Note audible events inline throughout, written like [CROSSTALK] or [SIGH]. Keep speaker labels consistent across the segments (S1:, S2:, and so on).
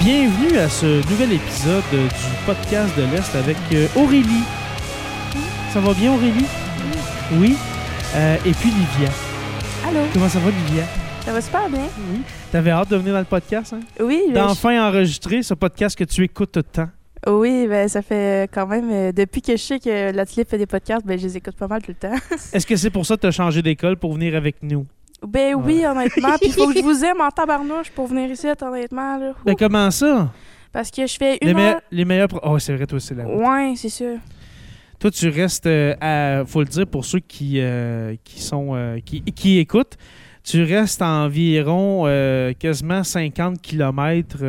S1: Bienvenue à ce nouvel épisode euh, du podcast de l'Est avec euh, Aurélie. Ça va bien, Aurélie? Oui. Euh, et puis Livia.
S2: Allô,
S1: Comment ça va, Livia?
S2: ça va super bien?
S1: Oui. T'avais hâte de venir dans le podcast, hein?
S2: Oui, ben,
S1: D'enfin enregistrer ce podcast que tu écoutes tout le temps.
S2: je- oui, ben, ça fait euh, quand même. euh, depuis que je sais que l'atelier fait des podcasts, ben, je les écoute pas mal tout le temps.
S1: Est-ce que c'est pour ça que tu as changé d'école pour venir avec nous?
S2: [LAUGHS] Ben
S1: Ouais.
S2: oui, honnêtement. Puis il faut que je vous aime en tabarnouche pour venir ici, honnêtement. Là.
S1: Ben, comment ça?
S2: Parce que je fais
S1: Les,
S2: une
S1: me-
S2: heure.
S1: les meilleurs. pro- Oh, c'est vrai, toi, c'est là.
S2: Ouais, c'est sûr.
S1: Toi, tu restes, euh, à, faut le dire pour ceux qui, euh, qui, sont, euh, qui, qui écoutent, tu restes à environ euh, quasiment 50 km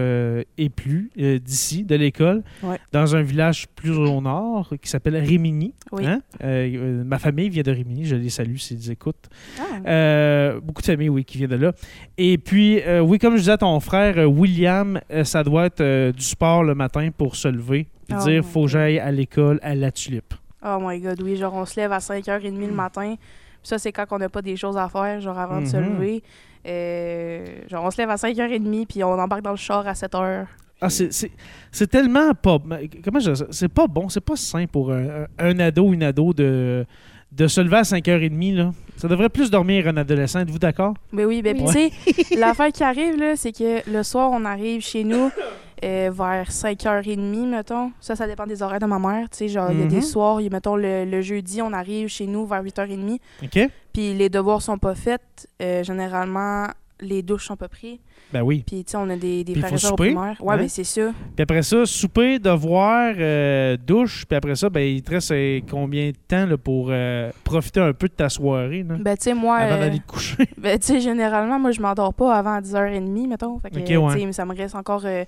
S1: et plus euh, d'ici, de l'école,
S2: Ouais.
S1: dans un village plus au nord qui s'appelle Rimini.
S2: Oui.
S1: Hein? Euh, euh, ma famille vient de Rimini, je les salue s'ils écoutent.
S2: Ah.
S1: Euh, beaucoup de familles, oui, qui viennent de là. Et puis, euh, oui, comme je disais à ton frère, euh, William, euh, ça doit être euh, du sport le matin pour se lever puis
S2: Oh
S1: dire
S2: my
S1: faut que
S2: God.
S1: j'aille à l'école à la tulipe.
S2: Oh my god, oui, genre on se lève à 5h30 le matin. Puis ça, c'est quand on n'a pas des choses à faire, genre avant de se
S1: Mhm.
S2: lever. Euh, genre on se lève à 5h30 puis on embarque dans le char à 7h.
S1: Ah, c'est- c'est c'est tellement pas. Comment je dirais ça? C'est pas bon, c'est pas sain pour un, un ado, une ado de, de se lever à 5h30. Là. Ça devrait plus dormir un adolescent, êtes-vous d'accord?
S2: Ben oui, ben
S1: Oui.
S2: puis tu sais, l'affaire qui arrive, là, c'est que le soir, on arrive chez nous euh, vers 5h30, mettons. Ça, ça dépend des horaires de ma mère. Tu sais, genre, il y a
S1: Mhm.
S2: des soirs, il y a, mettons, le, le jeudi, on arrive chez nous vers 8h30,
S1: OK?
S2: puis les devoirs sont pas faits. Euh, généralement, les douches sont pas prises.
S1: Ben oui.
S2: Puis, tu sais, on a des, des
S1: Puis il
S2: frères
S1: faut
S2: et sœurs au
S1: souper,
S2: primaire. Ouais,
S1: hein?
S2: ben c'est ça.
S1: Puis après ça, souper, devoir, euh, douche, puis après ça, ben, il te reste euh, combien de temps là, pour euh, profiter un peu de ta soirée là,
S2: Ben, tu sais, moi,
S1: avant
S2: euh,
S1: d'aller te coucher? [LAUGHS]
S2: ben, tu sais, généralement, moi, je m'endors pas avant 10h30, mettons. Fait que,
S1: Ok, ouais.
S2: tu sais, ça me reste encore, euh,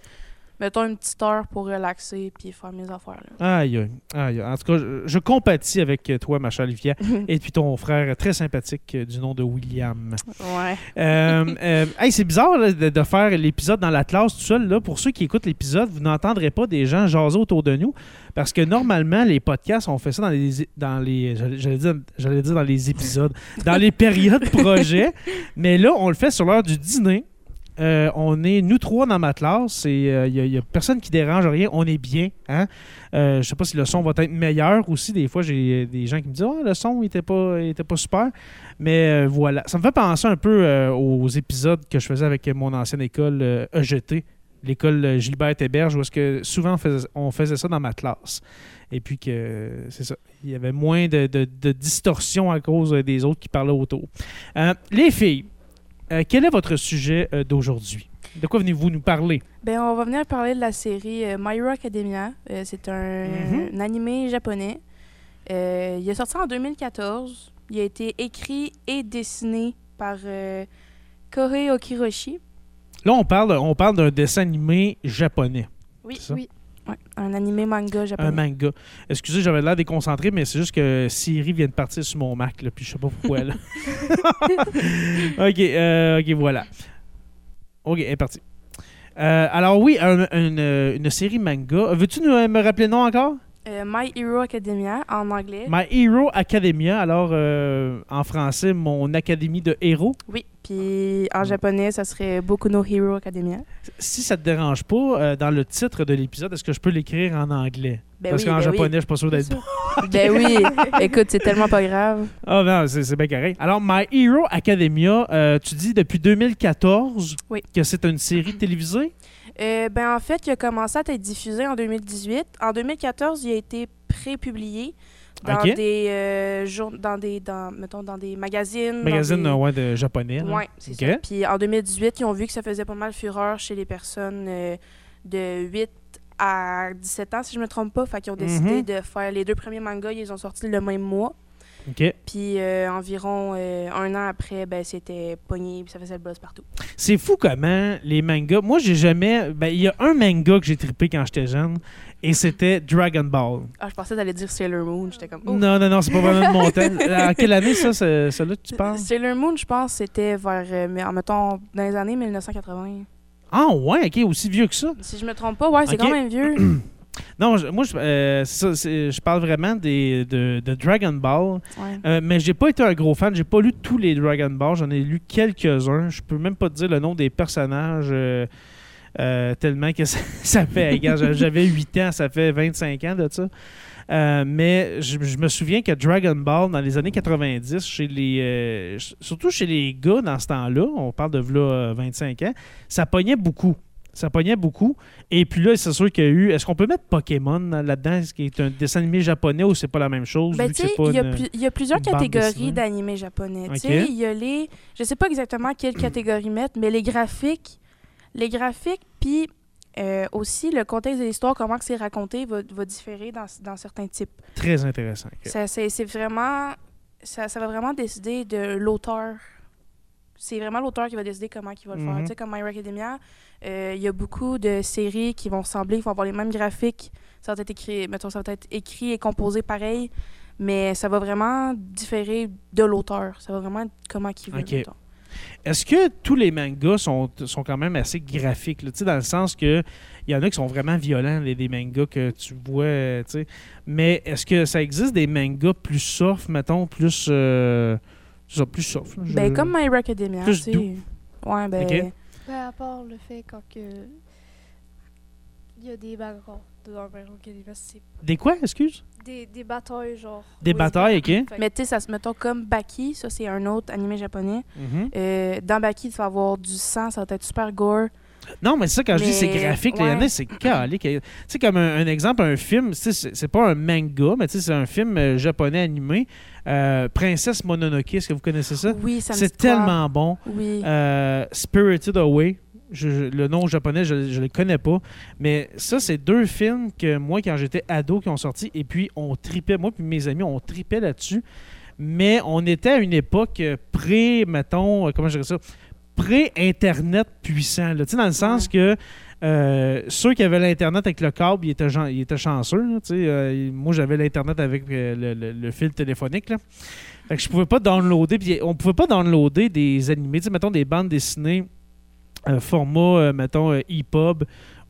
S2: mettons, une petite heure pour relaxer puis faire mes affaires, là.
S1: Aïe, aïe, aïe. En tout cas, je, je compatis avec toi, ma chère Olivia, et puis ton frère très sympathique euh, du nom de William.
S2: ouais.
S1: Euh, euh, hey, c'est bizarre là, de, de faire l'épisode dans l'Atlas tout seul. Là. Pour ceux qui écoutent l'épisode, vous n'entendrez pas des gens jaser autour de nous parce que normalement, les podcasts, on fait ça dans les. Dans les j'allais- j'allais dire, j'allais dire dans les épisodes, dans les périodes projet. Mais là, on le fait sur l'heure du dîner. Euh, on est nous trois dans ma classe et il n'y a, personne qui dérange rien. On est bien. Hein? Euh, je sais pas si le son va être meilleur aussi. Des fois, j'ai euh, des gens qui me disent Ah, le son n'était pas, il était pas super. Mais euh, voilà, ça me fait penser un peu euh, aux épisodes que je faisais avec mon ancienne école euh, EGT, l'école euh, Gilbert Héberge, où est-ce que souvent on faisait, on faisait ça dans ma classe. Et puis que euh, c'est ça, il y avait moins de, de, de distorsion à cause euh, des autres qui parlaient autour. Euh, les filles, euh, quel est votre sujet euh, d'aujourd'hui? De quoi venez-vous nous parler?
S2: Ben, on va venir parler de la série euh, My Hero Academia. Euh, c'est un,
S1: Mhm.
S2: un animé japonais. Euh, il est sorti en 2014. Il a été écrit et dessiné par euh, Kohei Okiroshi.
S1: Là, on parle, on parle d'un dessin animé japonais.
S2: Oui,
S1: C'est ça?
S2: oui. Ouais, un animé manga japonais.
S1: un manga. Excusez, j'avais l'air déconcentré, mais c'est juste que Siri vient de partir sur mon Mac, là, puis je sais pas pourquoi.
S2: [LAUGHS]
S1: Là. ok, euh, ok, voilà. Ok, elle est partie. Euh, alors oui, un- une, euh, une série manga. Veux-tu nous, euh, me rappeler le nom encore?
S2: Euh, My Hero Academia en anglais.
S1: My Hero Academia. Alors euh, en français, mon académie de héros.
S2: Oui. Puis en japonais, ça serait Boku no Hero Academia.
S1: Si ça te dérange pas, euh, dans le titre de l'épisode, est-ce que je peux l'écrire en anglais?
S2: Ben
S1: Parce
S2: oui,
S1: qu'en
S2: ben oui.
S1: japonais, je suis pas sûr d'être
S2: Ben oui. [LAUGHS] Écoute, c'est tellement pas grave.
S1: Ah non, c'est c'est bien carré. Alors, My Hero Academia, euh, tu dis depuis 2014
S2: Oui.
S1: que c'est une série télévisée?
S2: Euh, ben en fait, il a commencé à être diffusé en 2018. En 2014, il a été pré-publié dans
S1: Ok.
S2: des euh, jour- dans des dans mettons dans des magazines. dans
S1: Magazine
S2: des-
S1: euh, ouais, de japonais. là.
S2: Ouais, c'est
S1: Ok.
S2: ça. Puis en 2018, ils ont vu que ça faisait pas mal fureur chez les personnes euh, de 8 à 17 ans, si je me trompe pas. Fait qu'ils ont décidé
S1: Mhm.
S2: de faire les deux premiers mangas, ils les ont sortis le même mois.
S1: OK.
S2: Puis euh, environ euh, un an après, ben c'était pogné, puis ça faisait le buzz partout.
S1: C'est fou comment les mangas. Moi, j'ai jamais. Ben, il y a un manga que j'ai trippé quand j'étais jeune et c'était Dragon Ball.
S2: Ah, je pensais d'aller dire Sailor Moon, j'étais comme oh.
S1: Non, non, non, c'est pas vraiment de mon
S2: [LAUGHS]
S1: temps. En quelle année, ça, ce- celui-là, tu parles?
S2: Sailor Moon, je pense, c'était vers, euh, mais en mettons, dans les années 1980.
S1: Ah, ouais, OK, aussi vieux que ça.
S2: Si je me trompe pas, ouais, c'est
S1: Ok.
S2: quand
S1: [CLEARS THROAT]
S2: même vieux.
S1: Non, je- moi, je, euh, ça, c'est- je parle vraiment des, de, de Dragon Ball.
S2: ouais.
S1: Euh, mais j'ai pas été un gros fan. J'ai pas lu tous les Dragon Ball. J'en ai lu quelques-uns. Je peux même pas te dire le nom des personnages. euh, euh, tellement que [LAUGHS] ça, ça fait. regarde, J'avais 8 ans, ça fait 25 ans de ça. Euh, mais je, je me souviens que Dragon Ball, dans les années 90, chez les, euh, surtout chez les gars dans ce temps-là, on parle de v'là, euh, 25 ans, ça pognait beaucoup. Ça pognait beaucoup. Et puis là, c'est sûr qu'il y a eu. Est-ce qu'on peut mettre Pokémon là-dedans, ce qui est un dessin animé japonais ou c'est pas la même chose?
S2: Ben,
S1: vu que
S2: tu sais,
S1: c'est pas
S2: il y, a
S1: une-
S2: plu- il y a plusieurs
S1: une bande dessinée.
S2: catégories d'animés japonais. Tu sais,
S1: Ok.
S2: il y a les. Je sais pas exactement
S1: [CLEARS THROAT]
S2: quelle catégorie mettre, mais les graphiques. Les graphiques, puis euh, aussi le contexte de l'histoire, comment que c'est raconté, va, va différer dans, dans certains types.
S1: Très intéressant. ok.
S2: Ça, c'est c'est vraiment. Ça, ça va vraiment décider de l'auteur. C'est vraiment l'auteur qui va décider comment il va le faire.
S1: Mhm.
S2: Tu sais, comme My Hero Academia, euh, il y a beaucoup de séries qui vont sembler, qui vont avoir les mêmes graphiques. Ça va être écrit, mettons, ça va être écrit et composé pareil, mais ça va vraiment différer de l'auteur. Ça va vraiment être comment il veut.
S1: Ok.
S2: mettons.
S1: Est-ce que tous les mangas sont, sont quand même assez graphiques, là, tu sais, dans le sens que il y en a qui sont vraiment violents, les, des mangas que tu vois, euh, tu sais. Mais est-ce que ça existe des mangas plus soft, mettons, plus, euh, je sais pas, plus soft? là, je-
S2: Ben, comme My Hero Academia,
S1: Plus
S2: tu sais.
S1: doux.
S2: Ouais, ben.
S1: Ok.
S3: Par rapport le fait quand que il y a des bagarres dans My Hero Academia, c'est
S1: Des quoi, excuse?
S3: des, des batailles genre.
S1: Des
S3: oui,
S1: batailles, ok.
S3: Fait que
S2: Mais tu sais, ça se- mettons comme Baki, ça c'est un autre animé japonais.
S1: Mm-hmm.
S2: Euh, dans Baki, tu vas avoir du sang, ça va être super gore.
S1: Non, mais c'est ça, quand je dis c'est
S2: Mais,
S1: graphique, là, il y en a,
S2: ouais.
S1: c'est calé. Tu sais, comme un, un exemple, un film, tu sais, c'est c'est pas un manga, mais tu sais, c'est un film euh, japonais animé, euh, Princesse Mononoke, est-ce que vous connaissez ça?
S2: Oui, ça me dit
S1: C'est
S2: de quoi.
S1: tellement bon.
S2: Oui.
S1: Euh, Spirited Away. Je- je- le nom japonais, je ne le connais pas. Mais ça, c'est deux films que moi, quand j'étais ado, qui ont sorti. Et puis, on tripait. Moi, puis mes amis, on tripait là-dessus. Mais on était à une époque euh, pré, mettons, euh, comment je dirais ça, pré-Internet puissant. là. Tu sais, dans le sens
S2: Ouais.
S1: que euh, ceux qui avaient l'Internet avec le câble, ils étaient, gen- ils étaient chanceux. là. Tu sais, euh, moi, j'avais l'Internet avec euh, le, le- le fil téléphonique. Là. Fait que je pouvais pas downloader. Puis on pouvait pas downloader des animés, tu sais, mettons des bandes dessinées, euh, format, euh, mettons, euh, EPUB,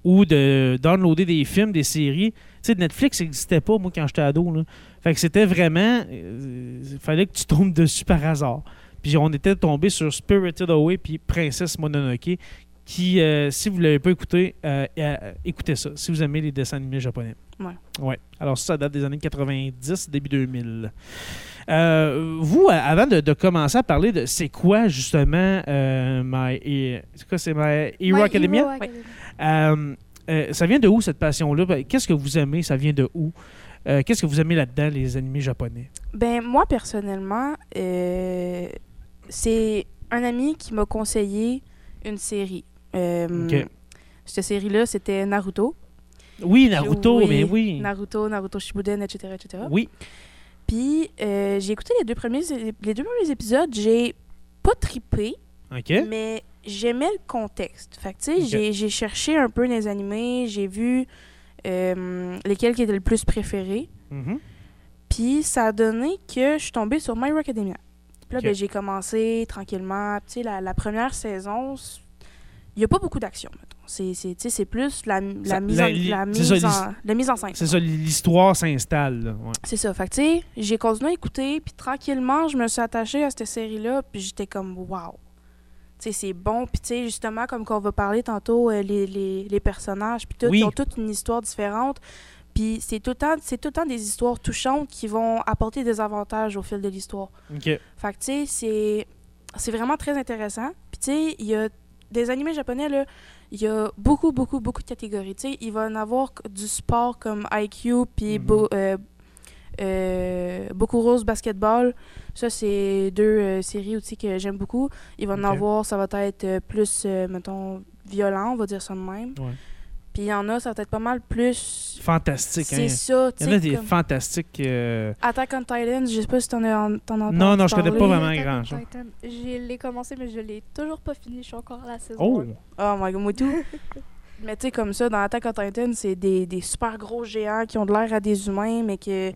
S1: ou de downloader des films, des séries. Tu sais, Netflix n'existait pas, moi, quand j'étais ado. Là. Fait que c'était vraiment. euh, Il fallait que tu tombes dessus par hasard. Puis on était tombé sur Spirited Away puis Princesse Mononoke, qui, euh, si vous ne l'avez pas écouté, euh, euh, écoutez ça, si vous aimez les dessins animés japonais.
S2: Ouais.
S1: Ouais. Alors ça, ça date des années 90, début 2000. Euh, vous, a- avant de, de commencer à parler de c'est quoi justement euh, My, He- c'est quoi, c'est My
S3: My
S1: Hero Academia,
S3: Hero
S2: Oui.
S3: Academia.
S1: euh, euh, ça vient de où cette passion-là? Ben, Qu'est-ce que vous aimez? Ça vient de où? Euh, Qu'est-ce que vous aimez là-dedans, les animés japonais?
S2: Ben, moi, personnellement, euh, c'est un ami qui m'a conseillé une série. Euh,
S1: Ok.
S2: Cette série-là, c'était Naruto.
S1: Oui, Naruto, mais oui.
S2: Naruto, Naruto Shippuden, etc. etc.
S1: Oui.
S2: Puis, euh, j'ai écouté les deux premiers, les deux premiers épisodes. J'ai pas trippé,
S1: OK.
S2: mais j'aimais le contexte. Fait que, tu sais,
S1: Ok.
S2: j'ai- j'ai cherché un peu les animés, j'ai vu euh, lesquels qui étaient le plus préférés.
S1: Mhm.
S2: Puis ça a donné que je suis tombée sur My Hero Academia. Puis là,
S1: Ok.
S2: ben, j'ai commencé tranquillement. Puis, Tu sais, la, la première saison, c- il n'y a pas beaucoup d'action, mettons. C'est- C'est tu sais, c'est plus la, la
S1: Ça-
S2: mise,
S1: la-
S2: en,
S1: li-
S2: la,
S1: c'est
S2: mise
S1: ça,
S2: en, la mise en scène.
S1: C'est ça, l'histoire s'installe. là. Ouais.
S2: C'est ça. Fait que, tu sais, j'ai continué à écouter, puis tranquillement, je me suis attachée à cette série-là, puis j'étais comme, wow. Tu sais, c'est bon. Puis, tu sais, justement, comme qu'on va parler tantôt, euh, les, les- les personnages, puis tout,
S1: Oui.
S2: ils ont toutes une histoire différente. Puis, c'est tout, le temps- c'est tout le temps des histoires touchantes qui vont apporter des avantages au fil de l'histoire.
S1: OK.
S2: Fait que, tu sais, c'est- c'est vraiment très intéressant. Puis, tu sais, il y a des animés japonais, là, il y a beaucoup, beaucoup, beaucoup de catégories. Tu sais, il va en avoir c- du sport comme IQ, puis
S1: Mhm.
S2: Bo- euh, euh, Boku Rose Basketball. Ça, c'est deux euh, séries aussi que j'aime beaucoup. Il va en
S1: Ok.
S2: avoir, ça va être euh, plus, euh, mettons, violent, on va dire ça de même.
S1: Ouais.
S2: Puis, il y en a, ça va être pas mal plus...
S1: Fantastique.
S2: C'est
S1: hein.
S2: ça, tu
S1: Il y en a
S2: sais,
S1: des
S2: comme
S1: fantastiques. euh,
S2: Attack on Titan, je sais pas si t'en as en- t'en as entendu
S1: Non, non, je connais pas
S2: parler.
S1: vraiment
S3: Attack
S1: grand
S3: on
S1: chose.
S3: Titan. Je l'ai commencé, mais je l'ai toujours pas fini. Je suis encore à la saison.
S1: Oh!
S3: un.
S2: Oh my god, moi tout. [LAUGHS] mais tu sais, comme ça, dans Attack on Titan, c'est des, des super gros géants qui ont de l'air à des humains, mais qu'ils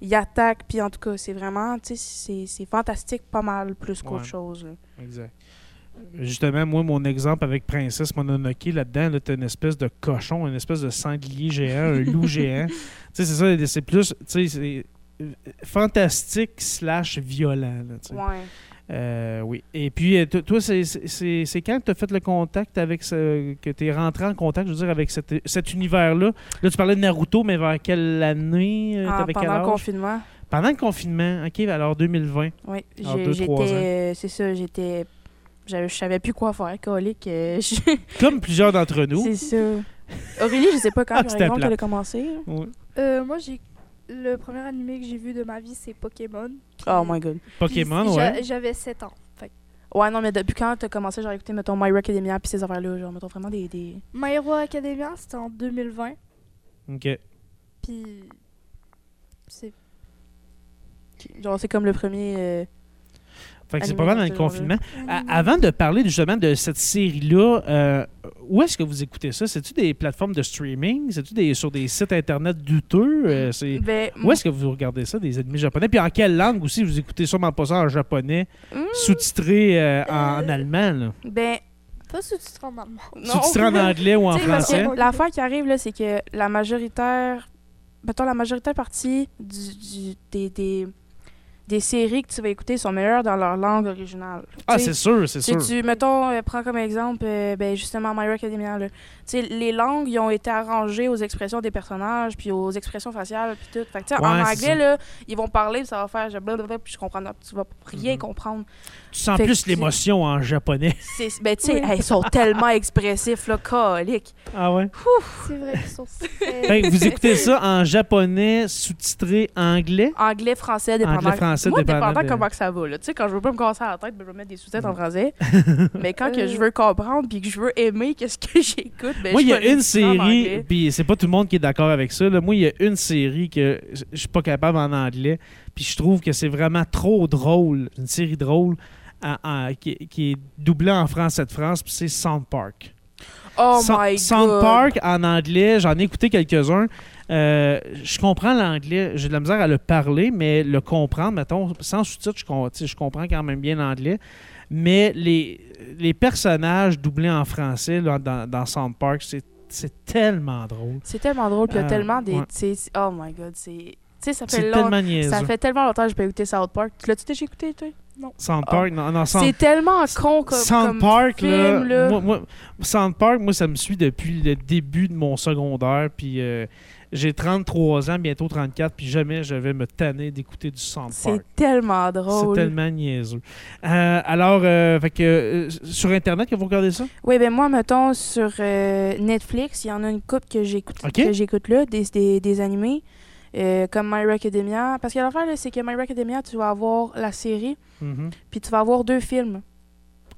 S1: Mm-hmm.
S2: attaquent. Puis en tout cas, c'est vraiment, tu sais, c'est- c'est fantastique pas mal plus qu'autre
S1: Ouais.
S2: chose. là.
S1: Exact. Justement, moi, mon exemple avec Princesse Mononoke, là-dedans, là, t'as une espèce de cochon, une espèce de sanglier géant, un loup géant. Tu sais, c'est ça, c'est plus. Tu sais, c'est euh, fantastique slash violent. là, tu sais.
S2: Ouais.
S1: Euh, oui. Et puis, euh, to- toi, c'est- c'est c'est- c'est quand que tu as fait le contact avec ce. que tu es rentré en contact, je veux dire, avec cet, cet univers-là? Là, tu parlais de Naruto, mais vers quelle année? euh,
S2: Ah,
S1: t'avais quel
S2: pendant le
S1: âge?
S2: confinement.
S1: Pendant le confinement, OK, alors 2020.
S2: Oui,
S1: Alors,
S2: j'ai-
S1: deux,
S2: j'étais.
S1: trois ans.
S2: euh, C'est ça, j'étais. j'avais- Je savais plus quoi faire, colique. euh, [LAUGHS] je-
S1: Comme plusieurs d'entre nous.
S2: C'est ça. Aurélie, je sais pas quand,
S1: Ah,
S2: par
S1: c'était
S2: exemple,
S1: plate.
S2: qu'elle a commencé.
S1: Ouais.
S3: Euh, moi, j'ai le premier animé que j'ai vu de ma vie, c'est Pokémon.
S2: Oh my god.
S1: Pokémon,
S3: Puis j'a-
S1: ouais.
S3: J'avais 7 ans. Fait que
S2: Ouais, non, mais depuis quand t'as commencé, genre, à écouter, mettons, My Hero Academia puis ces affaires-là, genre, mettons vraiment des. des...
S3: My Hero Academia, c'était en 2020.
S1: OK.
S3: Puis. C'est.
S2: Genre, c'est comme le premier. euh,
S1: Fait que c'est
S2: Animé
S1: pas mal
S2: dans
S1: dans le
S2: ce genre-là.
S1: confinement. À- Ah, avant de parler justement de cette série-là, euh, où est-ce que vous écoutez ça? C'est-tu des plateformes de streaming? C'est-tu des, sur des sites Internet douteux? Euh, c'est...
S2: Ben,
S1: Où est-ce que vous regardez ça, des animés japonais? Puis en quelle langue aussi? Vous écoutez sûrement pas ça en japonais,
S2: Mm.
S1: sous-titré euh, en, en allemand, là.
S2: ben,
S3: Pas sous-titré en allemand.
S2: non.
S1: sous-titré en anglais ou en
S2: Tu sais, parce que
S1: français.
S3: on-
S2: L'affaire qui arrive, là, c'est que la majoritaire. Mettons, la majoritaire partie du, du- des, des, des séries que tu vas écouter sont meilleures dans leur langue originale.
S1: Ah,
S2: Tu sais,
S1: c'est sûr, c'est
S2: Tu sais,
S1: sûr.
S2: tu, mettons, euh, prends comme exemple, euh, ben, justement, My Hero Academia, là. Tu sais, les langues, ils ont été arrangées aux expressions des personnages, puis aux expressions faciales, puis tout. Fait que, tu sais, en
S1: Ouais, c'est ça.
S2: anglais, là, ils vont parler, puis ça va faire je blablabla, puis je comprends, tu vas rien
S1: Mhm.
S2: comprendre.
S1: Tu sens
S2: Fait
S1: plus
S2: que-
S1: l'émotion en
S2: [LAUGHS]
S1: japonais.
S2: C'est- Ben, tu sais,
S3: Oui.
S2: hey, ils sont tellement expressifs, là, colique.
S1: Ah ouais?
S3: C'est vrai qu'ils
S1: [LAUGHS]
S3: sont.
S1: Fait que vous écoutez ça en japonais sous-titré anglais?
S2: Anglais, français, dépendant.
S1: Anglais, français,
S2: Moi,
S1: dépendant
S2: dépendant
S1: de- Mm.
S2: comment que ça va, là. Tu sais, quand je veux pas me casser la tête, ben, je vais mettre des sous-titres
S1: [LAUGHS]
S2: en français. mais quand que
S3: Euh.
S2: je veux comprendre, puis que je veux aimer qu'est-ce que [LAUGHS] j'écoute, ben,
S1: Moi,
S2: je
S1: il y a
S2: vais
S1: une
S2: le dire en
S1: série,
S2: anglais.
S1: puis c'est pas tout le monde qui est d'accord avec ça. là. Moi, il y a une série que je- je suis pas capable en anglais, puis je trouve que c'est vraiment trop drôle, une série drôle, en- en- qui, qui est doublée en français de France, puis c'est Sound Park.
S2: Oh
S1: Sound-
S2: my God.
S1: Sound Park en anglais, j'en ai écouté quelques-uns. Euh, je comprends l'anglais, j'ai de la misère à le parler, mais le comprendre, mettons, sans sous-titres, je, com- tu sais, je comprends quand même bien l'anglais. Mais les, les personnages doublés en français là, dans, dans Sound Park, c'est c'est tellement drôle.
S2: C'est tellement drôle, puis il y a
S1: Ah,
S2: tellement des.
S1: ouais.
S2: tu sais, Oh my god, c'est. Tu sais, ça fait
S1: C'est
S2: longtemps.
S1: tellement niaiseux.
S2: Ça fait tellement longtemps que j'ai pas écouté South Park. Tu L'as-tu déjà écouté, toi?
S1: Sound Park, non, non, Sound,
S2: Oh. C'est tellement con comme.
S1: Sound
S2: comme
S1: Park,
S2: film,
S1: là,
S2: là.
S1: Moi, moi- Sound Park, moi, ça me suit depuis le début de mon secondaire, puis euh, j'ai 33 ans, bientôt 34, puis jamais je vais me tanner d'écouter du Sound Park.
S2: C'est tellement
S1: C'est
S2: drôle.
S1: tellement niaiseux. Euh, alors, euh, fait que, euh, sur Internet que vous regardez ça?
S2: Oui, ben moi, mettons, sur euh, Netflix, il y en a une coupe que j'écoute
S1: Ok.
S2: que j'écoute là, des, des, des animés, euh, comme My Hero Academia. Parce que l'affaire, là, c'est que My Hero Academia, tu vas avoir la série,
S1: Mhm.
S2: puis tu vas avoir deux films.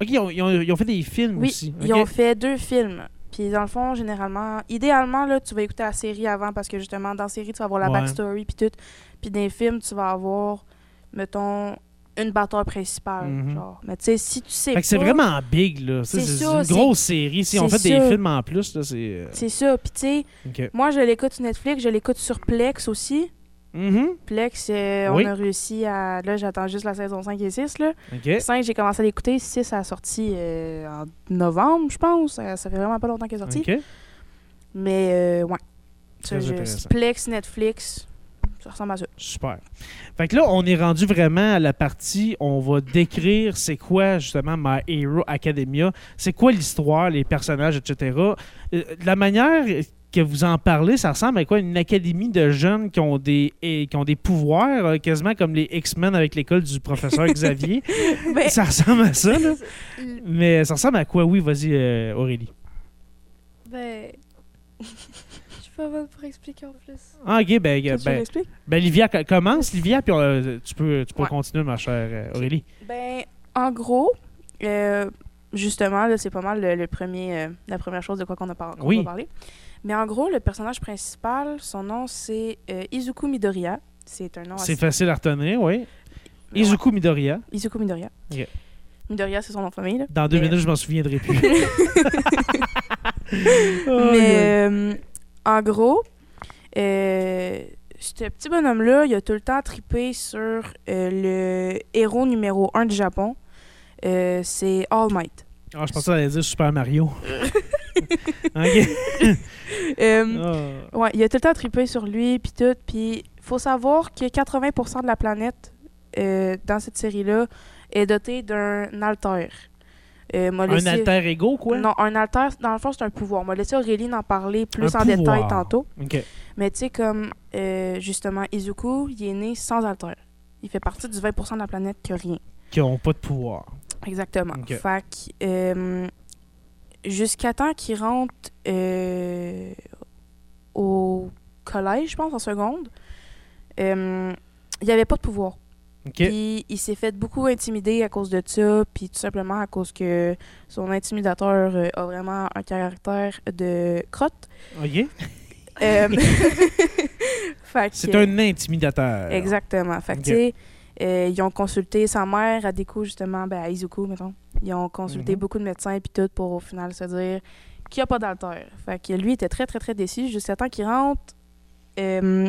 S1: OK, ils ont, ils ont- ils ont fait des films
S2: Oui,
S1: aussi.
S2: ils
S1: OK.
S2: ont fait deux films. Puis dans le fond, généralement, idéalement, là, tu vas écouter la série avant parce que justement, dans la série, tu vas avoir la
S1: Ouais.
S2: backstory puis tout. Puis dans les films, tu vas avoir, mettons, une bataille principale.
S1: Mhm.
S2: genre. Mais tu sais, si tu sais
S1: Fait que c'est
S2: pas,
S1: vraiment big, là. Ça,
S2: C'est
S1: C'est
S2: ça,
S1: une
S2: c'est-
S1: grosse série. Si on
S2: c'est
S1: fait des
S2: ça.
S1: films en plus, là, c'est... euh,
S2: C'est ça. Puis tu sais,
S1: OK.
S2: moi, je l'écoute sur Netflix, je l'écoute sur Plex aussi.
S1: Mhm.
S2: Plex, euh,
S1: Oui.
S2: on a réussi à... Là, j'attends juste la saison 5 et 6, là.
S1: OK.
S2: 5, j'ai commencé à l'écouter. 6 a sorti euh, en novembre, je pense. Euh, Ça fait vraiment pas longtemps qu'elle est sortie.
S1: OK.
S2: Mais, euh, ouais. Ça,
S1: Très
S2: je-
S1: intéressant.
S2: Plex, Netflix, ça ressemble à ça.
S1: Super. Fait que là, on est rendu vraiment à la partie, on va décrire c'est quoi justement My Hero Academia, c'est quoi l'histoire, les personnages, etc. Euh, la manière que vous en parlez, ça ressemble à quoi une académie de jeunes qui ont des, et- qui ont des pouvoirs, euh, quasiment comme les X-Men avec l'école du professeur
S2: [LAUGHS]
S1: Xavier.
S2: Ben,
S1: ça ressemble à ça, là. Mais ça ressemble à quoi? Oui, vas-y, euh, Aurélie.
S3: Ben. [LAUGHS] Je suis pas bonne pour expliquer en plus.
S1: Ah, ok, ben,
S2: qu'est-ce
S1: ben,
S2: que
S1: ben,
S2: j'explique?
S1: Livia, co- commence, Livia, puis euh, tu peux, tu peux
S2: Ouais.
S1: continuer, ma chère euh, Aurélie.
S2: Ben, en gros, euh, justement, là, c'est pas mal le, le premier, euh, la première chose de quoi qu'on a, par- qu'on
S1: Oui.
S2: va parler. Mais en gros, le personnage principal, son nom, c'est euh, Izuku Midoriya. C'est un nom
S1: C'est
S2: assez...
S1: facile à retenir, oui.
S2: Ouais.
S1: Izuku Midoriya.
S2: Izuku Midoriya.
S1: Ok.
S2: Midoriya, c'est son nom de famille, là.
S1: Dans deux
S2: Mais-
S1: minutes, je m'en souviendrai plus. [LAUGHS] Oh,
S2: Mais euh, en gros, euh, ce petit bonhomme-là, il a tout le temps tripé sur euh, le héros numéro un du Japon. Euh, c'est All Might.
S1: Ah, je pensais qu'on allait dire Super
S2: [LAUGHS]
S1: Mario. [LAUGHS] ok.
S2: Euh,
S1: Ah.
S2: Ouais, il a tout le temps tripé sur lui, puis tout. Puis faut savoir que 80% de la planète euh, dans cette série-là est doté d'un alter. Euh, m'a
S1: Un
S2: laissé-
S1: alter ego, quoi?
S2: Non, un alter, dans le fond, c'est un pouvoir. M'a laissé Aurélie en parler plus
S1: Un
S2: en détail
S1: pouvoir.
S2: tantôt.
S1: OK.
S2: Mais tu sais, comme euh, justement, Izuku, il est né sans alter. Il fait partie du 20% de la planète qui a rien.
S1: Qui n'ont pas de pouvoir.
S2: Exactement.
S1: Ok.
S2: Fait que, euh, jusqu'à temps qu'il rentre euh, au collège, je pense, en seconde, euh, il n'y avait pas de pouvoir.
S1: OK.
S2: Puis il s'est fait beaucoup intimider à cause de ça, puis tout simplement à cause que son intimidateur euh, a vraiment un caractère de crotte.
S1: OK. [LAUGHS]
S2: Euh, [LAUGHS] fait que-
S1: C'est un intimidateur.
S2: Exactement. Fait que,
S1: Ok.
S2: tu sais, euh, ils ont consulté sa mère à des coups, justement, ben, à Izuku, mettons. Ils ont consulté
S1: Mhm.
S2: beaucoup de médecins puis tout pour, au final, se dire qu'il n'y a pas d'alter. Fait que lui, il était très, très, très déçu jusqu'à temps qu'il rentre euh,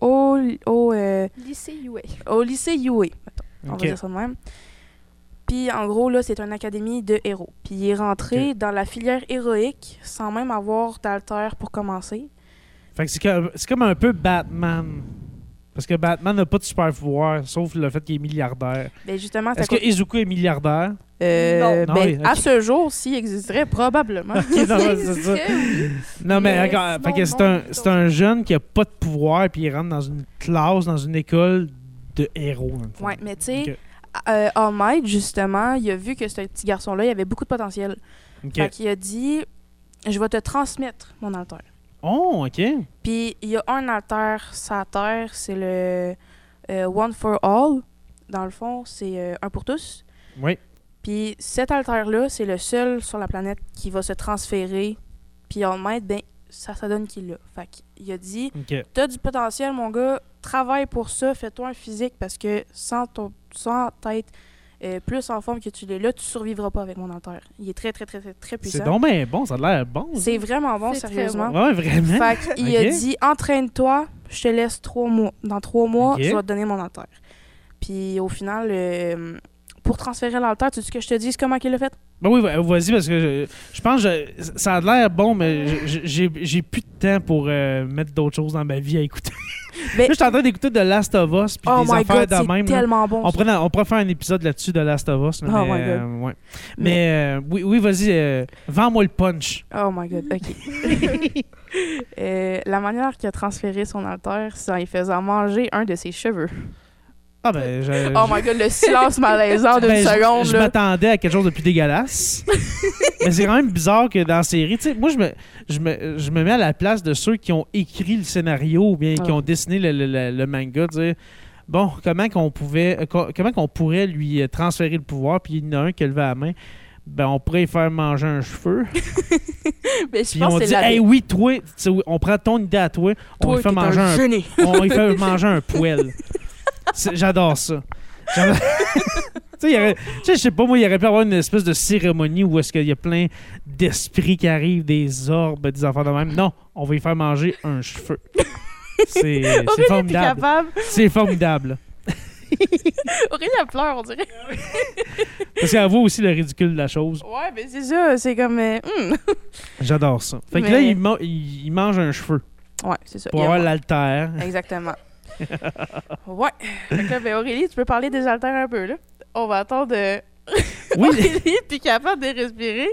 S2: au, au, euh,
S3: Lycée UA.
S2: au lycée Yue, mettons. On
S1: OK.
S2: va dire ça de même. Puis, en gros, là, c'est une académie de héros. Puis, il est rentré dans la filière héroïque sans même avoir d'alter pour commencer.
S1: Fait que c'est comme, c'est comme un peu Batman. Parce que Batman n'a pas de super pouvoir, sauf le fait qu'il est milliardaire.
S2: Ben, justement, c'est à
S1: Est-ce que
S2: cause-
S1: Izuku est
S2: [LAUGHS]
S1: milliardaire?
S2: Euh,
S1: Non.
S2: ben,
S1: Non, oui,
S2: À
S1: ok.
S2: ce jour, s'il existerait, probablement. [LAUGHS]
S1: Non, mais Ah c'est ça. Non, mais,
S3: Mais
S1: d'accord,
S3: sinon,
S1: fait que c'est
S3: non,
S1: un,
S3: plutôt.
S1: c'est un jeune qui a pas de pouvoir puis il rentre dans une classe, dans une école de héros. dans le fond.
S2: Ouais, mais tu sais,
S1: Ok.
S2: euh, All Might, justement, il a vu que ce petit garçon-là, il avait beaucoup de potentiel.
S1: Ok.
S2: Fait qu'il a dit Je vais te transmettre mon alter.
S1: Oh, ok.
S2: Puis il y a un alter sa terre, c'est le euh, One for All. Dans le fond, c'est euh, un pour tous.
S1: Oui.
S2: Puis cet alter-là, c'est le seul sur la planète qui va se transférer. Puis All Might, ben, ça, ça donne qu'il l'a. Fait qu'il a dit
S1: Ok.
S2: T'as du potentiel, mon gars. Travaille pour ça. Fais-toi un physique parce que sans, ton, sans tête plus en forme que tu l'es là, tu survivras pas avec mon enterre. Il est très, très, très, très, très
S1: C'est
S2: puissant.
S1: donc bien bon, ça a l'air bon. ça.
S2: C'est vraiment bon,
S3: C'est très
S2: sérieusement.
S1: Ouais, vraiment.
S2: Fait qu'il
S1: Ok.
S2: a dit entraîne-toi, je te laisse trois mois. Dans trois mois,
S1: Ok.
S2: je vais te donner mon enterre. Puis au final, euh, pour transférer l'enterre, tu veux que je te dise comment qu'il l'a fait
S1: Ben oui, va- vas-y, parce que je, je pense que je- ça a l'air bon, mais je- je- j'ai j'ai plus de temps pour euh, mettre d'autres choses dans ma vie à
S2: [LAUGHS]
S1: écouter.
S2: Ben-
S1: Là, je suis en train d'écouter The Last of Us puis
S2: Oh
S1: des
S2: my
S1: affaires
S2: god,
S1: de
S2: c'est
S1: même. là.
S2: tellement bon.
S1: On,
S2: ça.
S1: pourrait- on pourrait faire un épisode là-dessus de Last of Us. là, mais,
S2: Oh my God.
S1: euh, ouais.
S2: Mais-
S1: mais euh, oui, oui vas-y, euh, vends-moi le punch.
S2: Oh my god, ok. Euh, la manière qu'il a transféré son alter, c'est en lui faisant manger un de ses cheveux.
S1: Ah ben, je,
S2: Oh my god, le silence malaisant d'une
S1: Ben, je-
S2: seconde.
S1: Je,
S2: là.
S1: m'attendais à quelque chose de plus
S2: [LAUGHS]
S1: dégueulasse. mais c'est quand même bizarre que dans la série, tu sais, moi je me, je, me, je me mets à la place de ceux qui ont écrit le scénario ou bien qui
S2: Ah.
S1: ont dessiné le, le- le- le manga, dire bon, comment qu'on pouvait euh, co- comment qu'on pourrait lui euh, transférer le pouvoir puis il y en a un qui a levé la main. Ben, on pourrait lui faire manger un cheveu.
S2: Mais je
S1: Puis on
S2: pense que
S1: dit,
S2: c'est la
S1: hey, oui, toi, tu sais, oui, on prend ton idée à toi, on
S2: Toi,
S1: lui fait
S2: t'es un
S1: manger un [LAUGHS]
S2: génie.
S1: on lui fait manger un poêle. C'est- J'adore ça. J'adore- [LAUGHS] tu sais, il y aurait- tu sais, je sais pas, moi, il aurait pu avoir une espèce de cérémonie où est-ce qu'il y a plein d'esprits qui arrivent, des orbes, des affaires de même. Non, on va lui faire manger un cheveu.
S2: [LAUGHS]
S1: C'est c'est
S2: Aurélie est plus
S1: formidable.
S2: capable.
S1: C'est formidable.
S2: Aurélie elle pleure, on dirait.
S1: Parce qu'elle voit aussi le ridicule de la chose.
S2: Ouais, mais c'est ça, c'est comme. euh, hmm.
S1: J'adore ça. Fait que
S2: Mais-
S1: là, il, ma- il- il mange un cheveu
S2: Ouais, c'est ça.
S1: pour
S2: Il y a-
S1: avoir l'altère. [LAUGHS]
S2: Exactement. ouais. Fait que là, ben, Aurélie, tu peux parler des haltères un peu, là. On va attendre euh, [LAUGHS]
S1: Oui,
S2: Aurélie, puis capable de respirer.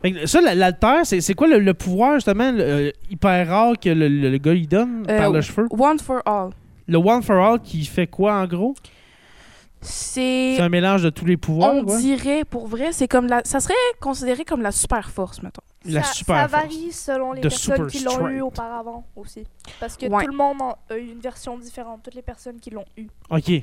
S1: fait que ça, la- l'altère, c'est c'est quoi le, le pouvoir, justement, le- euh, hyper rare que le, le- le gars il donne
S2: Euh,
S1: par le cheveu?
S2: One for all.
S1: Le One for All qui fait quoi en gros?
S2: C'est.
S1: C'est un mélange de tous les pouvoirs.
S2: on
S1: quoi?
S2: dirait, pour vrai, c'est comme la, ça serait considéré comme la super force, mettons.
S1: La
S3: ça,
S1: super
S3: ça
S1: force.
S3: varie selon les
S1: The
S3: personnes
S1: super
S3: qui l'ont eu
S1: strength.
S3: auparavant aussi. Parce que
S2: Ouais.
S3: tout le monde en a eu une version différente, toutes les personnes qui l'ont eu.
S1: Ok.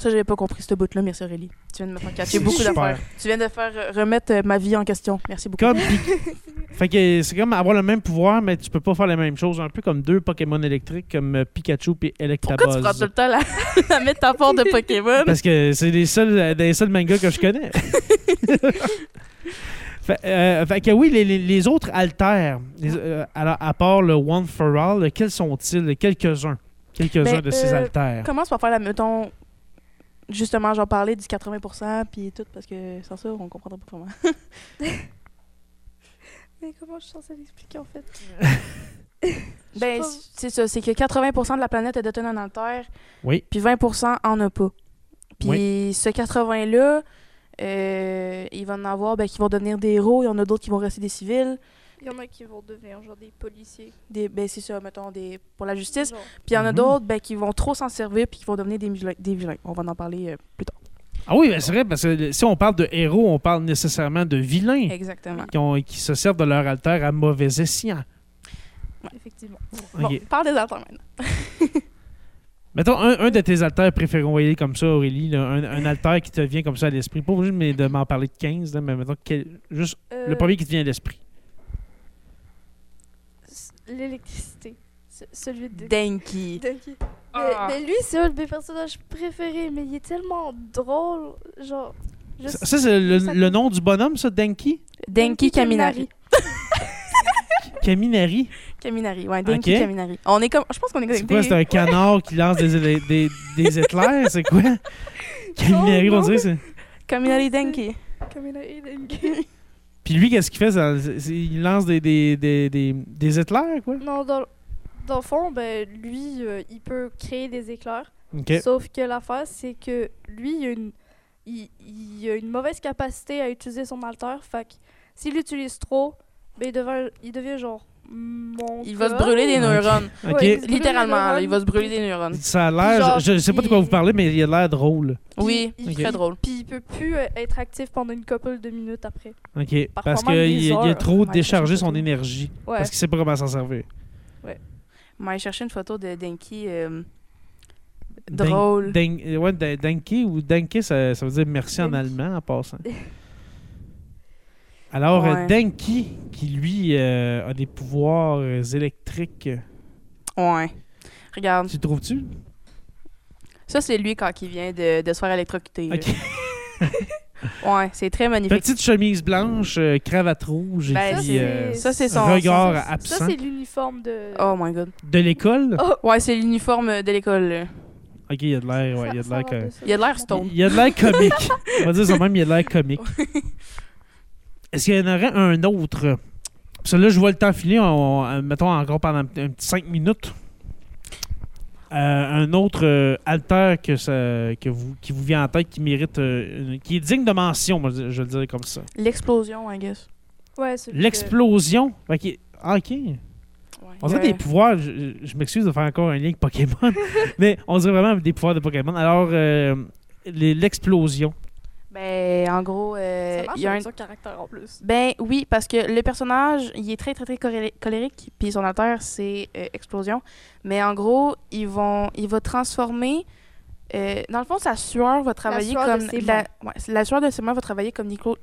S2: Ça, j'avais pas compris ce bout-là, merci Aurélie. Tu viens de me faire
S1: C'est
S2: catcher beaucoup
S1: super.
S2: d'affaires. Tu viens de faire euh, remettre euh, ma vie en question. Merci beaucoup.
S1: Comme Pi- fait que c'est comme avoir le même pouvoir, mais tu peux pas faire la même chose. Un peu comme deux Pokémon électriques comme euh, Pikachu et
S2: Pourquoi tu prends tout
S1: Electabuzz.
S2: le temps la, [LAUGHS] la métaphore de Pokémon?
S1: [LAUGHS] Parce que c'est les seuls, euh, des seuls mangas que je connais. [LAUGHS] fait, euh, fait que oui, les, les- les autres altères, les- euh, alors, à part le One for All, quels sont-ils? Quelques-uns. Quelques-uns
S2: Ben,
S1: de ces
S2: euh,
S1: altères.
S2: Commence par faire la mettons justement j'en parlais du 80% puis tout parce que sans ça on comprendra pas vraiment.
S3: Mais comment je suis censée l'expliquer en fait
S2: Ben
S3: pas-
S2: c'est ça, c'est que 80% de la planète est détenue en terre
S1: Oui.
S2: puis 20% en a pas. Puis ce 80-là, euh, il va en avoir ben, qui vont devenir des héros, il y en a d'autres qui vont rester des civils,
S3: Il y en a qui vont devenir genre des policiers.
S2: des, ben, c'est ça, mettons, des, pour la justice.
S3: genre.
S2: Puis il y en a
S1: Mhm.
S2: d'autres ben, qui vont trop s'en servir puis qui vont devenir des, vilains- des vilains. On va en parler euh, plus tard.
S1: Ah oui, ben, c'est vrai, parce que le- si on parle de héros, on parle nécessairement de vilains
S2: Exactement.
S1: qui, ont- qui se servent de leur altère à mauvais escient.
S3: Effectivement.
S2: Bon,
S1: Ok.
S2: parle des alters maintenant.
S1: Mettons un, un de tes altères préférés, on va y aller comme ça, Aurélie, là, un, un alter qui te vient comme ça à l'esprit. Pas obligé de m'en- de m'en parler de 15, là, mais mettons quel- juste
S3: Euh,
S1: le premier qui te vient à l'esprit.
S3: euh, c- L'électricité. Ce- celui de.
S2: Denki.
S3: Denki. Mais-
S2: Ah.
S3: Mais, lui, c'est un de mes personnages préférés, mais il est tellement drôle. Genre. je
S1: Ça,
S3: sais-
S1: ça, c'est le,
S3: ça-
S1: le nom du bonhomme, ça, Denki?
S2: Denki Kaminari.
S1: Kaminari?
S2: Kaminari, ouais, Denki
S1: Ok.
S2: Kaminari. On est comme, je pense qu'on est
S1: C'est
S2: connectés.
S1: quoi? C'est un canard qui lance des, des, des, des éclairs? C'est
S3: [LAUGHS]
S1: quoi? Kaminari, on
S3: non.
S1: dirait que c'est...
S2: Kaminari Denki.
S3: Kaminari Denki.
S1: Puis lui, qu'est-ce qu'il fait? ça- c'est- il lance des, des, des, des, des éclairs, quoi?
S3: [LAUGHS] non, dans, dans le fond, ben, lui, euh, il peut créer des éclairs.
S1: OK.
S3: Sauf que l'affaire, c'est que lui, il a, une, il, il a une mauvaise capacité à utiliser son alter. Fait que s'il l'utilise trop, ben, il, devient, il devient genre. Mon
S2: Il va se
S3: gars.
S2: brûler des
S1: Ok.
S2: neurones.
S1: OK.
S3: Ouais, il se brûle
S2: Littéralement,
S3: des
S2: là,
S3: neurones.
S2: il va se brûler des neurones.
S1: Ça a l'air...
S3: Genre,
S1: je, je sais pas de quoi
S3: il-
S1: vous parlez, mais il a l'air drôle.
S2: Oui,
S3: il-
S1: Ok.
S2: très drôle.
S3: Puis il peut plus euh, être actif pendant une couple de minutes après.
S1: OK.
S3: Parfois
S1: Parce
S3: même des
S1: qu'il a
S3: heures.
S1: trop
S2: Ouais,
S1: déchargé
S2: c'est
S1: son
S2: surtout.
S1: énergie.
S3: Ouais.
S1: Parce qu'il sait pas comment s'en servir.
S2: Moi, j'ai cherché une photo de Denki euh,
S1: Den-
S2: drôle.
S1: Den- euh, ouais, den- Denke ou Denke, ça, ça veut dire merci en
S3: Denke.
S1: allemand en
S2: [LAUGHS]
S1: passant. Alors, euh,
S2: Ouais.
S1: Denke, qui lui euh, a des pouvoirs euh, électriques,
S2: Ouais. Regarde,
S1: tu le trouves-tu?
S2: ça c'est lui quand il vient de, de se faire électrocuter. là.
S1: Ok.
S2: [LAUGHS] Ouais, c'est très magnifique.
S1: Petite chemise blanche, euh, cravate rouge, et puis,
S2: Ben, ça, c'est-
S1: euh,
S2: ça, c'est son-
S1: regard
S3: ça, c'est-
S1: absent
S3: Ça, c'est l'uniforme de.
S2: Oh my god.
S1: de l'école.
S2: Ouais, c'est l'uniforme de l'école. là. Oh.
S1: Ok, il y a de l'air, ouais,
S3: Ça-
S1: il y a de
S3: ça
S1: l'air
S3: va
S1: que-
S3: de ça,
S2: Il y a de l'air
S3: je
S2: stone.
S1: Il y a de l'air comique. On va dire ça même, il y a de l'air comique. Est-ce qu'il y en aurait un autre? Parce que là, je vois le temps filer, on- on- mettons encore pendant un petit- un petit 5 minutes. Euh, un autre euh, alter que ça, que vous, qui vous vient en tête, qui mérite, euh, une- qui est digne de mention, moi, je je le dirais comme ça.
S2: Euh, L'explosion, I guess.
S3: comprends. Ouais, celui de-
S1: L'explosion. Ok. Ah, ok.
S2: Ouais.
S1: On dirait
S2: Ouais.
S1: des pouvoirs, je, je m'excuse de faire encore un lien avec Pokémon, [LAUGHS] mais on dirait vraiment des pouvoirs de Pokémon. Alors, euh, les- l'explosion.
S2: Ben, en gros, euh,
S3: Ça marche
S2: il y a un.
S3: avec son caractère en plus.
S2: Ben oui, parce que le personnage, il est très, très, très coré- colérique, puis son alter, c'est euh, explosion. Mais en gros, ils vont, il va transformer. euh, dans le fond, sa sueur va travailler
S3: sueur de
S2: comme.
S3: ses
S2: la, ouais, la sueur de ses mains va travailler comme nitro-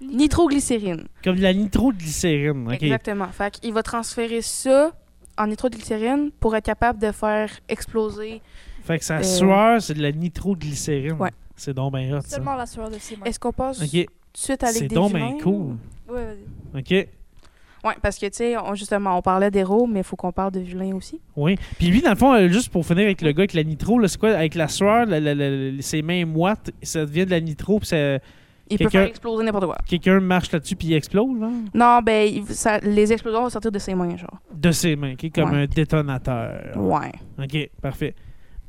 S2: nitroglycérine.
S1: Comme de la nitroglycérine. ok.
S2: Exactement. Fait qu'il va transférer ça en nitroglycérine pour être capable de faire exploser.
S1: Fait que sa
S2: Euh.
S1: sueur, c'est de la nitroglycérine.
S2: Ouais.
S1: C'est donc bien hot, ça.
S3: Seulement la sueur de ses mains.
S2: Est-ce qu'on passe tout
S1: OK.
S2: de suite à
S1: C'est
S2: l'équipe des
S1: donc
S2: humains,
S1: bien
S2: ou-
S1: cool.
S3: Ouais, vas-y.
S1: OK.
S2: Oui, parce que, tu sais, on- justement, on parlait d'héros, mais il faut qu'on parle de vilains aussi.
S1: Oui. Puis lui, dans le fond, euh, juste pour finir avec le gars avec la nitro, là, c'est quoi? Avec la sueur, la- la- la- ses mains moites, ça devient de la nitro, puis ça-
S2: Il peut
S1: Quelqu'un-
S2: faire exploser n'importe quoi.
S1: quelqu'un marche là-dessus, puis il explose, genre?
S2: Non, ben, il- ça- les explosions vont sortir de ses mains, genre.
S1: De ses mains, OK? Comme
S2: Ouais.
S1: un détonateur.
S2: Ouais.
S1: OK, parfait.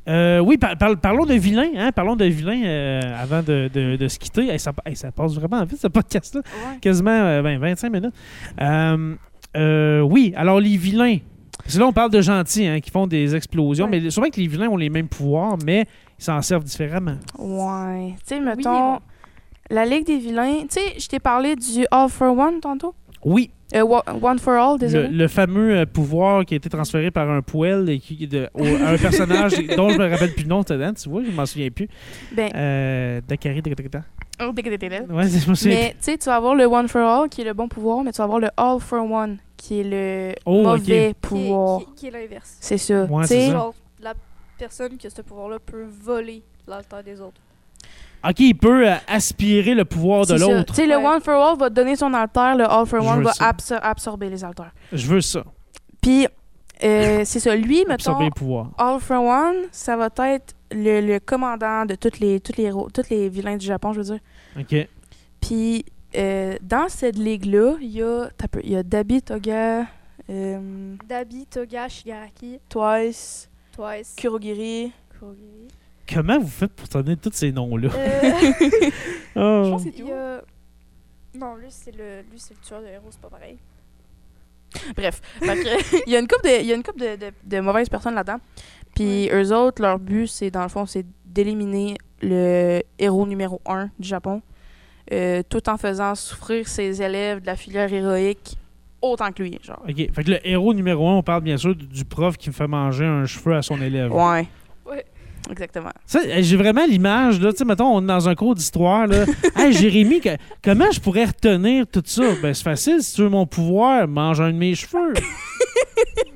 S1: Euh, oui, par- par- parlons de vilains, hein? Parlons de vilains euh, avant de, de- de se quitter. Hey, ça, hey, ça passe vraiment vite, ce podcast-là. quasiment euh, ben, 25 minutes. Euh, euh, oui, alors les vilains. Parce que là, on parle de gentils hein, qui font des explosions,
S3: Ouais.
S1: mais souvent que les vilains ont les mêmes pouvoirs, mais ils s'en servent différemment.
S2: Ouais. Tu sais,
S3: et
S2: mettons,
S3: non.
S2: la Ligue des vilains, tu sais, je t'ai parlé du All for One tantôt.
S1: Oui,
S2: Euh, wa- one for All,
S1: le,
S2: désolé.
S1: le fameux euh, pouvoir qui a été transféré par un poêle et qui, de- au- à un personnage
S2: [LAUGHS]
S1: dont je me rappelle plus le nom, t'as- tu vois, je m'en souviens plus.
S2: Ben,
S1: Euh, Dakari, Dakari, Dakari.
S2: oh, dé- dé- dé- dé- dé.
S1: Ouais, je me souviens
S2: Mais, tu sais, tu vas avoir le One for All, qui est le bon pouvoir, mais tu vas avoir le All for One, qui est le
S1: Oh, ok.
S2: mauvais
S3: Qui est-
S2: pouvoir.
S3: Qui, qui est l'inverse.
S2: C'est ça.
S1: Ouais,
S2: Tu
S1: c'est
S2: sais,
S1: ça.
S3: Genre, la personne qui a ce pouvoir-là peut voler l'alter des autres.
S1: plus. Ok, il peut euh, aspirer le pouvoir de
S2: c'est ça.
S1: l'autre.
S2: Tu sais, le
S3: Ouais.
S2: One for All va donner son alter, le All for
S1: Je
S2: One
S1: veux
S2: va
S1: ça.
S2: absor- absorber les alters.
S1: Je veux ça.
S2: Puis,
S1: [COUGHS]
S2: euh, c'est ça. Lui, mettons,
S1: Absorber le pouvoir.
S2: All for One, ça va être le, le commandant de tous les, toutes les, héros- tous les vilains du Japon, je veux dire.
S1: Ok.
S2: Puis, euh, dans cette ligue-là, il y a, t'as peu, il y a Dabi Toga, euh,
S3: Dabi, Toga, Shigaraki,
S2: Twice,
S3: Twice,
S2: Kurogiri, [LAUGHS]
S3: Kurogiri.
S1: Comment vous faites pour donner tous ces noms-là?
S3: Euh,
S2: Je
S3: [LAUGHS]
S1: Oh.
S2: pense que c'est
S3: il
S2: tout.
S3: y a- Non, lui, c'est le, lui, c'est le tueur de héros, c'est pas pareil.
S2: Bref, Fait que, [LAUGHS] il y a une couple de, il y a une couple de, de- de mauvaises personnes là-dedans. Puis eux autres, leur but, c'est dans le fond, c'est d'éliminer le héros numéro un du Japon, euh, tout en faisant souffrir ses élèves de la filière héroïque autant que lui, genre.
S1: OK. Fait que le héros numéro un, on parle bien sûr du- du prof qui fait manger un cheveu à son élève.
S2: Ouais.
S3: Ouais.
S2: Exactement.
S1: Ça, euh, j'ai vraiment l'image, là. Tu sais, mettons, on est dans un cours d'histoire,
S2: [LAUGHS]
S1: là. hey, Jérémy, que- comment je pourrais retenir tout ça? Ben, c'est facile. Si tu veux mon pouvoir, mange un de mes cheveux.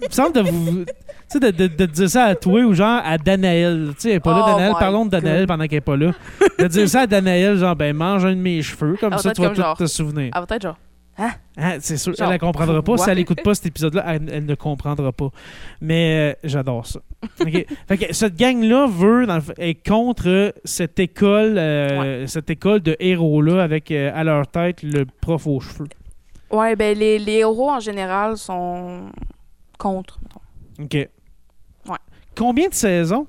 S1: Il me semble de vous. Tu sais, de, de- de dire ça à toi ou genre à Danaël. Tu sais, elle est pas là,
S2: Oh
S1: Danaël.
S2: my
S1: Parlons de Danaël
S2: God.
S1: pendant qu'elle est pas là. De dire ça à Danaël, genre, ben, mange un de mes cheveux. Comme
S2: Elle va
S1: ça,
S2: être
S1: tu vas
S2: comme
S1: tout
S2: genre-
S1: te souvenir.
S2: Ah, peut-être genre.
S1: Ah, c'est sûr,
S2: Genre,
S1: elle la comprendra pas.
S2: pourquoi?
S1: Si elle écoute pas cet épisode-là, elle, elle ne comprendra pas. Mais euh, j'adore
S2: [LAUGHS]
S1: ça. OK. Fait que cette gang-là veut dans le f- est contre euh, cette école, euh, cette école de héros-là avec euh, à leur tête le prof aux cheveux.
S2: Ouais, ben les, les héros en général sont contre. mettons.
S1: OK. Combien de saisons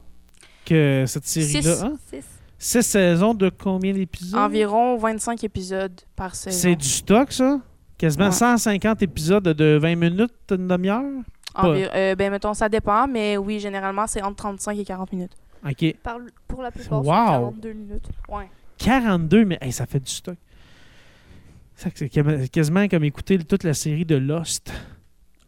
S1: que cette série-là
S2: Six.
S1: a?
S3: C'est
S1: Six saisons de combien
S2: Mm.
S1: d'épisodes?
S2: Environ 25 épisodes par
S1: C'est
S2: saison.
S1: du stock, ça? Quasiment
S2: Ouais. 150
S1: 150 épisodes de 20 minutes, une demi-heure?
S2: Envi- euh, ben mettons, ça dépend, mais oui, généralement, c'est entre 35 et 40 minutes.
S1: OK.
S3: par- pour la plupart,
S1: Wow.
S3: c'est 42 minutes.
S2: Ouais.
S1: 42, mais hey, ça fait du stock. Ça, C'est quam- quasiment comme écouter toute la série de Lost.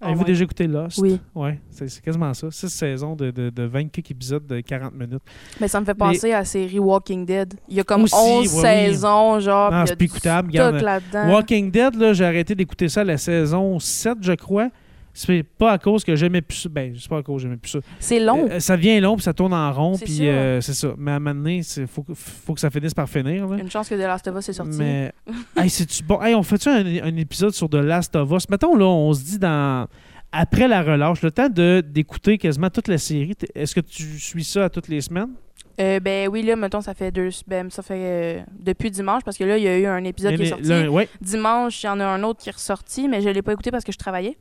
S2: Ah
S1: Avez-vous
S2: ouais.
S1: déjà écouté Lost?
S2: Oui.
S1: Ouais, c'est c'est quasiment ça. Six saisons de, de, de 20 quelques épisodes de 40 minutes.
S2: Mais ça me fait
S1: Mais-
S2: penser à la série Walking Dead. Il y a comme
S1: Aussi,
S2: 11
S1: ouais, oui.
S2: saisons, genre.
S1: Non,
S2: Ah, puis il y
S1: c'est
S2: a du
S1: plus écoutable,
S2: stock
S1: regarde.
S2: là-dedans.
S1: Walking Dead, là, j'ai arrêté d'écouter ça à la saison 7, je crois. C'est pas à cause que j'aimais plus ça. Ben, c'est pas à cause que j'aimais plus ça.
S2: C'est long.
S1: Euh, ça vient long, puis ça tourne en rond,
S2: C'est
S1: puis
S2: ça.
S1: euh, c'est ça. Mais à un moment donné, il faut, que- faut que ça finisse par finir. là.
S2: Une chance que The Last of Us est sorti.
S1: Mais, hey, c'est-tu bon? Hey, on fait-tu un, un épisode sur The Last of Us? Mettons, là, on se dit dans. Après la relâche, le temps de d'écouter quasiment toute la série, T'es- est-ce que tu suis ça à toutes les semaines?
S2: Euh, ben oui, là, mettons, ça fait deux. Ben, ça fait. euh, depuis dimanche, parce que là, il y a eu un épisode qui est
S1: Mais-
S2: sorti.
S1: le, ouais.
S2: Dimanche, il y en a un autre qui est ressorti, mais je l'ai pas écouté parce que je travaillais.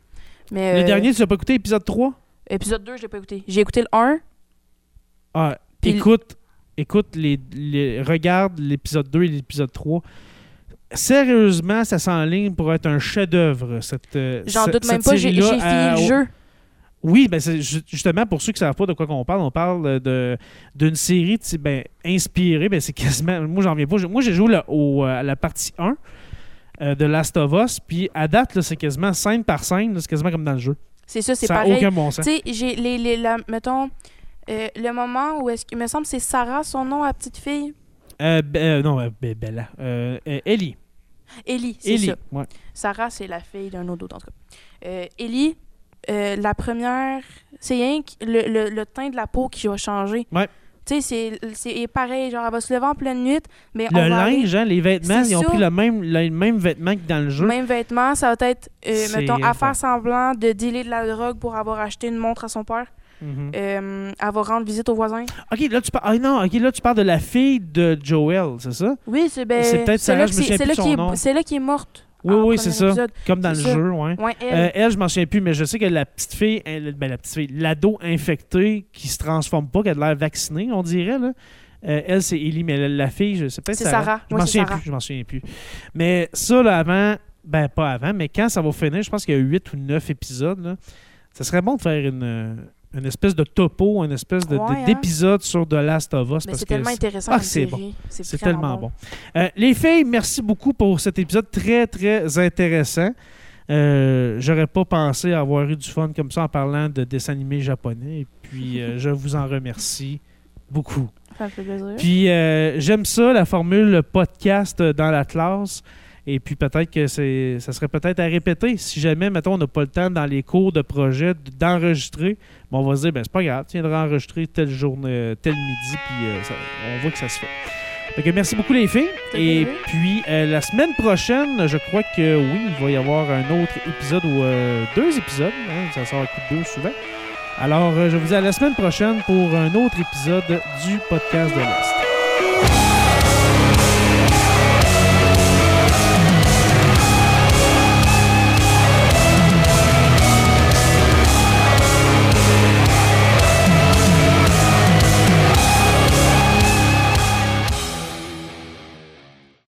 S2: Mais,
S1: le
S2: euh,
S1: dernier, tu n'as pas écouté épisode 3?
S2: Épisode 2, je l'ai pas écouté. J'ai écouté le 1.
S1: Ah,
S2: Puis-
S1: écoute, écoute les, les- regarde l'épisode 2 et l'épisode 3. Sérieusement, ça s'enligne pour être un chef-d'œuvre, cette euh,
S2: J'en
S1: ce-
S2: doute même
S1: cette
S2: pas, j'ai j'ai
S1: série-là, euh,
S2: fini
S1: à-
S2: le jeu.
S1: Oui, ben c'est ju- justement pour ceux qui ne savent pas de quoi qu'on parle, on parle euh, de d'une série tu sais, ben, inspirée, ben c'est quasiment. Moi j'en reviens pas. J'ai- Moi j'ai joué là, au, euh, à la partie 1 euh, de Last of Us, puis à date, là, c'est quasiment scène par scène, là, c'est quasiment comme dans le jeu.
S2: C'est ça, c'est
S1: ça n'a
S2: pareil.
S1: aucun bon
S2: Tu
S1: sens.
S2: sais, j'ai les, les la- mettons euh, le moment où est-ce qu'il me semble que c'est Sarah son nom la petite fille,
S1: Euh, ben, euh, non, euh, ben, Bella. Euh, euh, Ellie.
S2: Ellie, c'est
S1: Ellie.
S2: ça.
S1: ouais.
S2: Sarah c'est la fille d'un autre en tout cas. Euh, Ellie euh, la première, c'est rien que le, le, le teint de la peau qui va changer.
S1: Ouais.
S2: Tu sais, c'est- c'est pareil, genre elle va se lever en pleine nuit, mais on
S1: Le
S2: va aller-
S1: linge, hein, les vêtements,
S2: C'est
S1: ils ont
S2: ça.
S1: pris le même, le même vêtement que dans le jeu.
S2: Même vêtement, ça va être, euh,
S1: C'est
S2: mettons, à faire
S1: intense.
S2: semblant de dealer de la drogue pour avoir acheté une montre à son père.
S1: Mhm.
S2: Euh, elle va rendre visite aux voisins.
S1: Ok, là tu parles. Ah non, ok, là tu parles de la fille de Joel, c'est ça?
S2: Oui, c'est ben,
S1: C'est peut-être Sarah,
S2: là
S1: je
S2: que
S1: me souviens
S2: c'est-
S1: plus
S2: c'est là
S1: de son
S2: qui
S1: nom.
S2: est- C'est là qui est morte.
S1: Oui,
S2: en
S1: oui,
S2: premier
S1: c'est ça.
S2: épisode.
S1: Comme dans le
S2: C'est ça.
S1: jeu, ouais.
S2: Ouais, elle.
S1: Euh, elle, je m'en souviens plus, mais je sais que la petite fille, elle- ben, la petite fille, l'ado infectée qui se transforme pas, qui a de l'air vaccinée, on dirait, là. Euh, elle, c'est Ellie, mais la, la fille, je sais peut-être
S2: C'est Sarah.
S1: Je
S2: Ouais,
S1: m'en
S2: c'est
S1: souviens
S2: Sarah.
S1: plus, je m'en souviens plus. Mais ça, là, avant, ben pas avant, mais quand ça va finir, je pense qu'il y a 8 ou 9 épisodes, là, ça serait bon de faire une, euh, une espèce de topo, une espèce de- de-
S2: Ouais, hein.
S1: d'épisode sur The Last of Us.
S2: Mais
S1: parce
S2: c'est
S1: que
S2: tellement intéressant.
S1: Ah,
S2: comme
S1: c'est
S2: série.
S1: c'est
S2: vraiment
S1: tellement bon. Euh, les filles, merci beaucoup pour cet épisode très, très intéressant. Euh, J'aurais pas pensé avoir eu du fun comme ça en parlant de dessins animés japonais. Et puis, euh, je vous en remercie beaucoup.
S2: Ça me fait plaisir.
S1: Puis, euh, j'aime ça, la formule podcast dans la classe. Et puis, peut-être que c'est- ça serait peut-être à répéter si jamais, mettons, on n'a pas le temps dans les cours de projet d- d'enregistrer. Mais on va se dire, ben, c'est pas grave, tu viendras enregistrer telle journée, tel midi, puis euh, ça- on voit que ça se fait. Fait que merci beaucoup, les filles.
S2: Ça fait
S1: Et
S2: plaisir.
S1: puis, euh, la semaine prochaine, je crois que oui, il va y avoir un autre épisode ou euh, deux épisodes. hein, ça sort à coup de deux souvent. Alors, euh, je vous dis à la semaine prochaine pour un autre épisode du podcast de l'Est.